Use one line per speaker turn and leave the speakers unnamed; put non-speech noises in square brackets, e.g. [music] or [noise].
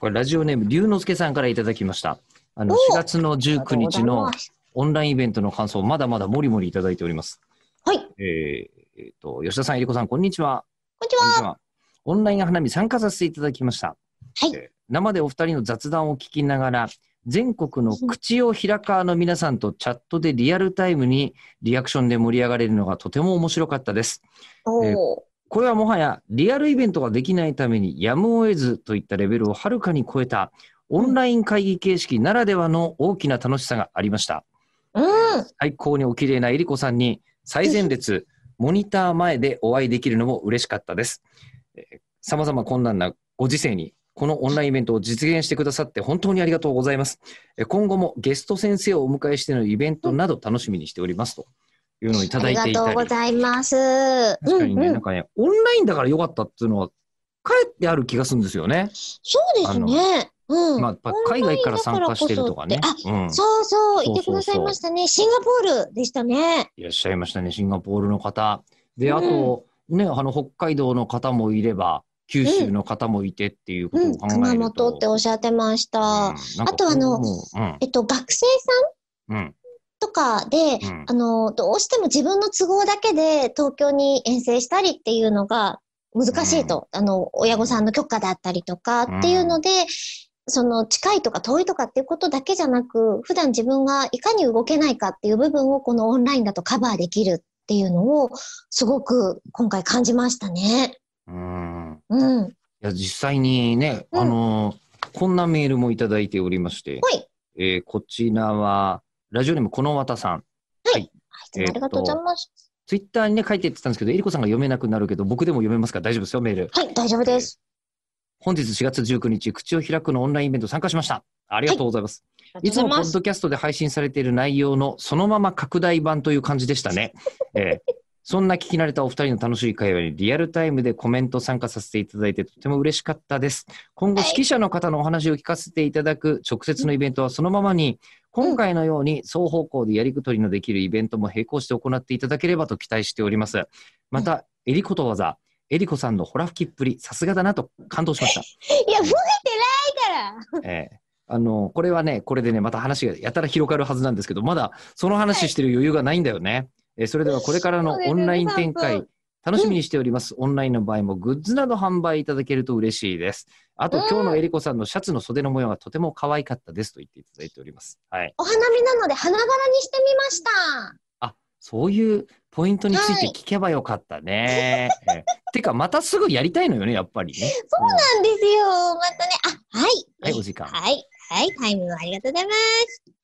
これラジオネーム、龍之介さんからいただきました。あの、4
お
月の19日の
ありがとうございます
オンラインイベントの感想、まだまだもりもりいただいております。
はい、こんに
えーえーと、吉田さん、えりこさん、こんにちは。
ち
こんにち
は。
は。オンライン花見参加させていただきました。
はい
えー生でお二人の雑談を聞きながら、全国の口を開かの皆さんとチャットでリアルタイムにリアクションで盛り上がれるのがとても面白かったです。えー
おー
これはもはやリアルイベントができないためにやむを得ずといったレベルをはるかに超えたオンライン会議形式ならではの大きな楽しさがありました。
うん。
最高にお綺麗なえりこさんに最前列、モニター前でお会いできるのも嬉しかったです。さまざま困難なご時世に、このオンラインイベントを実現してくださって本当にありがとうございます。えー今後もゲスト先生をお迎えしてのイベントなど楽しみにしておりますというのをいた
あ
だい
り
てい
がと
た
うご
り。
ざいます。う
確かに
ん
ね、な
う
ん
ん。
かね、オンラインだから良かったっていうのは、かえってある気がするんですよね。
そうですね。うん。
まあ、やっぱ海外から参加してるとかね
オンラインだからこ。
うん、
そうそ
そうそう
う、
そう
いてくださいましたね。シンガポールでしたね。
いらっしゃいましたね、シンガポールの方。で、あ
うん
と、ね、あの、北海道の方もいれば、九州の方もいてっていうこと
う
を
ん、
考えると、
熊本っておっしゃってました。
うん
あとあ
な
の、
んか
えっと、学生さん
こううん、
とかで、
うん
あの、どうしても自分の都合だけで東京に遠征したりっていうのが難しいと、あの、親御さんの許可だったりとかっていうので、その近いとか遠いとかっていうことだけじゃなく、普段自分がいかに動けないかっていう部分をこのオンラインだとカバーできるっていうのをすごく今回感じましたね。
うん。うん。い
うん。は
や、実際にね、
うん
あの、こんなメールもいただいておりまして、
い。
えーこちらは、ラジオネームこのわたさん。
いつもありがとうございます。
ツイッターにね、書いてってたんですけど、えりこさんが読めなくなるけど、僕でも読めますから大丈夫ですよ、メール。
はい、大丈夫です。
本日4月19日、口を開くのオンラインイベント参加しました。ありがとうございます。いつもポッドキャストで配信されている内容のそのまま拡大版という感じでした [laughs] ね。えーそんな聞き慣れたお二人の楽しい会話にリアルタイムでコメント参加させていただいてとても嬉しかったです。今後、
はい
指揮者の方のお話を聞かせていただく直接のイベントはそのままに、今回のように双方向でやり取りのできるイベントも並行して行っていただければと期待しております。また、えりことわざ、えりこさんのほら吹きっぷり、さすがだなと感動しました。
いや、吹いてないから。
ええあのこれはねこれでねまた話がやたら広がるはずなんですけどまだその話してる余裕がないんだよね、えそれではこれからの
そうで
オ
すよね
ンライン展開、
多分
楽しみにしております、オンラインの場合もグッズなど販売いただけると嬉しいですあと
うん
今日のえりこさんのシャツの袖の模様がとても可愛かったですと言っていただいておりますはい
お花見なので花柄にしてみました。
そういうポイントについて聞けばよかったね、ええてかまたすぐやりたいのよねやっぱりね
そうなんですよ。またね。あ、はい。
はいお時間
はい。はい。タイムをありがとうございます。